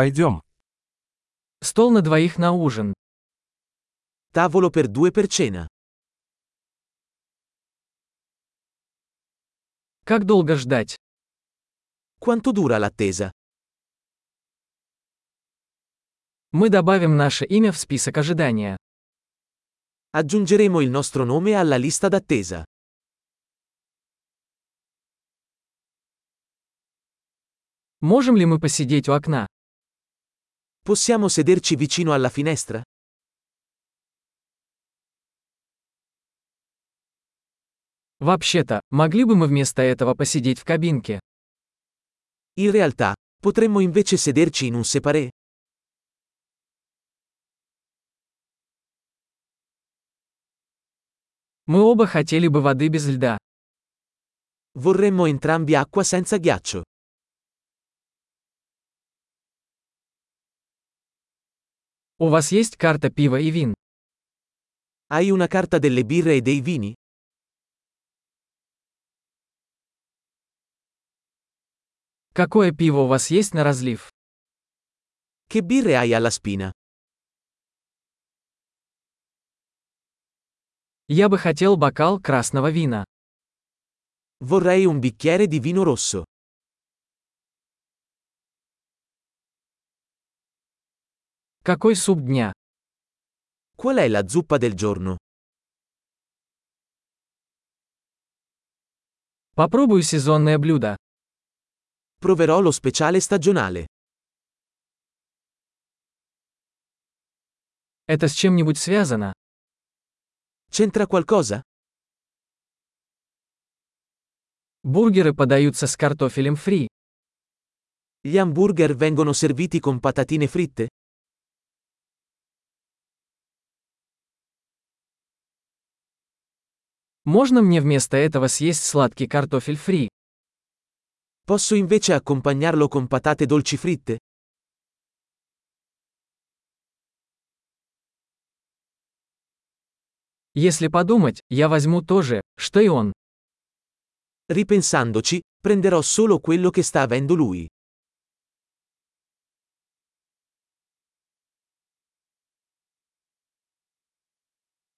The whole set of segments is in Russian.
Пойдем. Стол на двоих на ужин. Tavolo per due per cena. Как долго ждать? Quanto dura l'attesa? Мы добавим наше имя в список ожидания. Aggiungeremo il nostro nome alla lista d'attesa. Можем ли мы посидеть у окна? Possiamo sederci vicino alla finestra? Вообще-то, могли бы мы вместо этого посидеть в кабинке? In realtà, potremmo invece sederci in un separé. Мы оба хотели бы воды без льда. Vorremmo entrambi acqua senza ghiaccio. У вас есть карта пива и вин? Hai una carta delle birre e dei vini? Какое пиво у вас есть на разлив? Che birre hai alla spina? Я бы хотел бокал красного вина. Vorrei un bicchiere di vino rosso. Какой суп дня? Qual è la zuppa del giorno? Попробую сезонное блюдо. Proverò lo speciale stagionale. Это с чем-нибудь связано? C'entra qualcosa? Бургеры подаются с картофелем фри. Gli hamburger vengono serviti con patatine fritte? Можно мне вместо этого съесть сладкий картофель фри? Posso invece accompagnarlo con patate dolci fritte? Если подумать, я возьму то же, что и он. Ripensandoci, prenderò solo quello che sta avendo lui.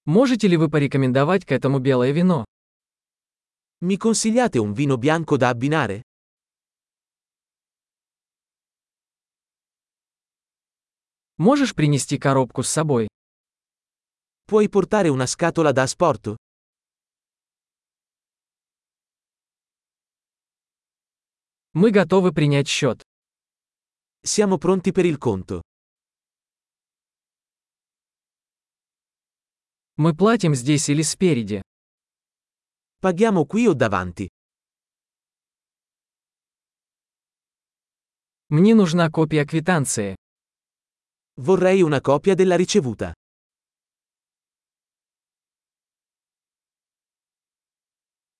Можете ли вы порекомендовать к этому белое вино? Mi consigliate un vino bianco da abbinare? Можешь принести коробку с собой? Puoi portare una scatola da asporto? Мы готовы принять счет. Siamo pronti per il conto. Мы платим здесь или спереди. Paghiamo qui o davanti? Мне нужна копия квитанции. Vorrei una copia della ricevuta.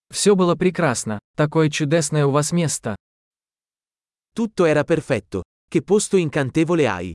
Все было прекрасно. Такое чудесное у вас место. Tutto era perfetto. Che posto incantevole hai.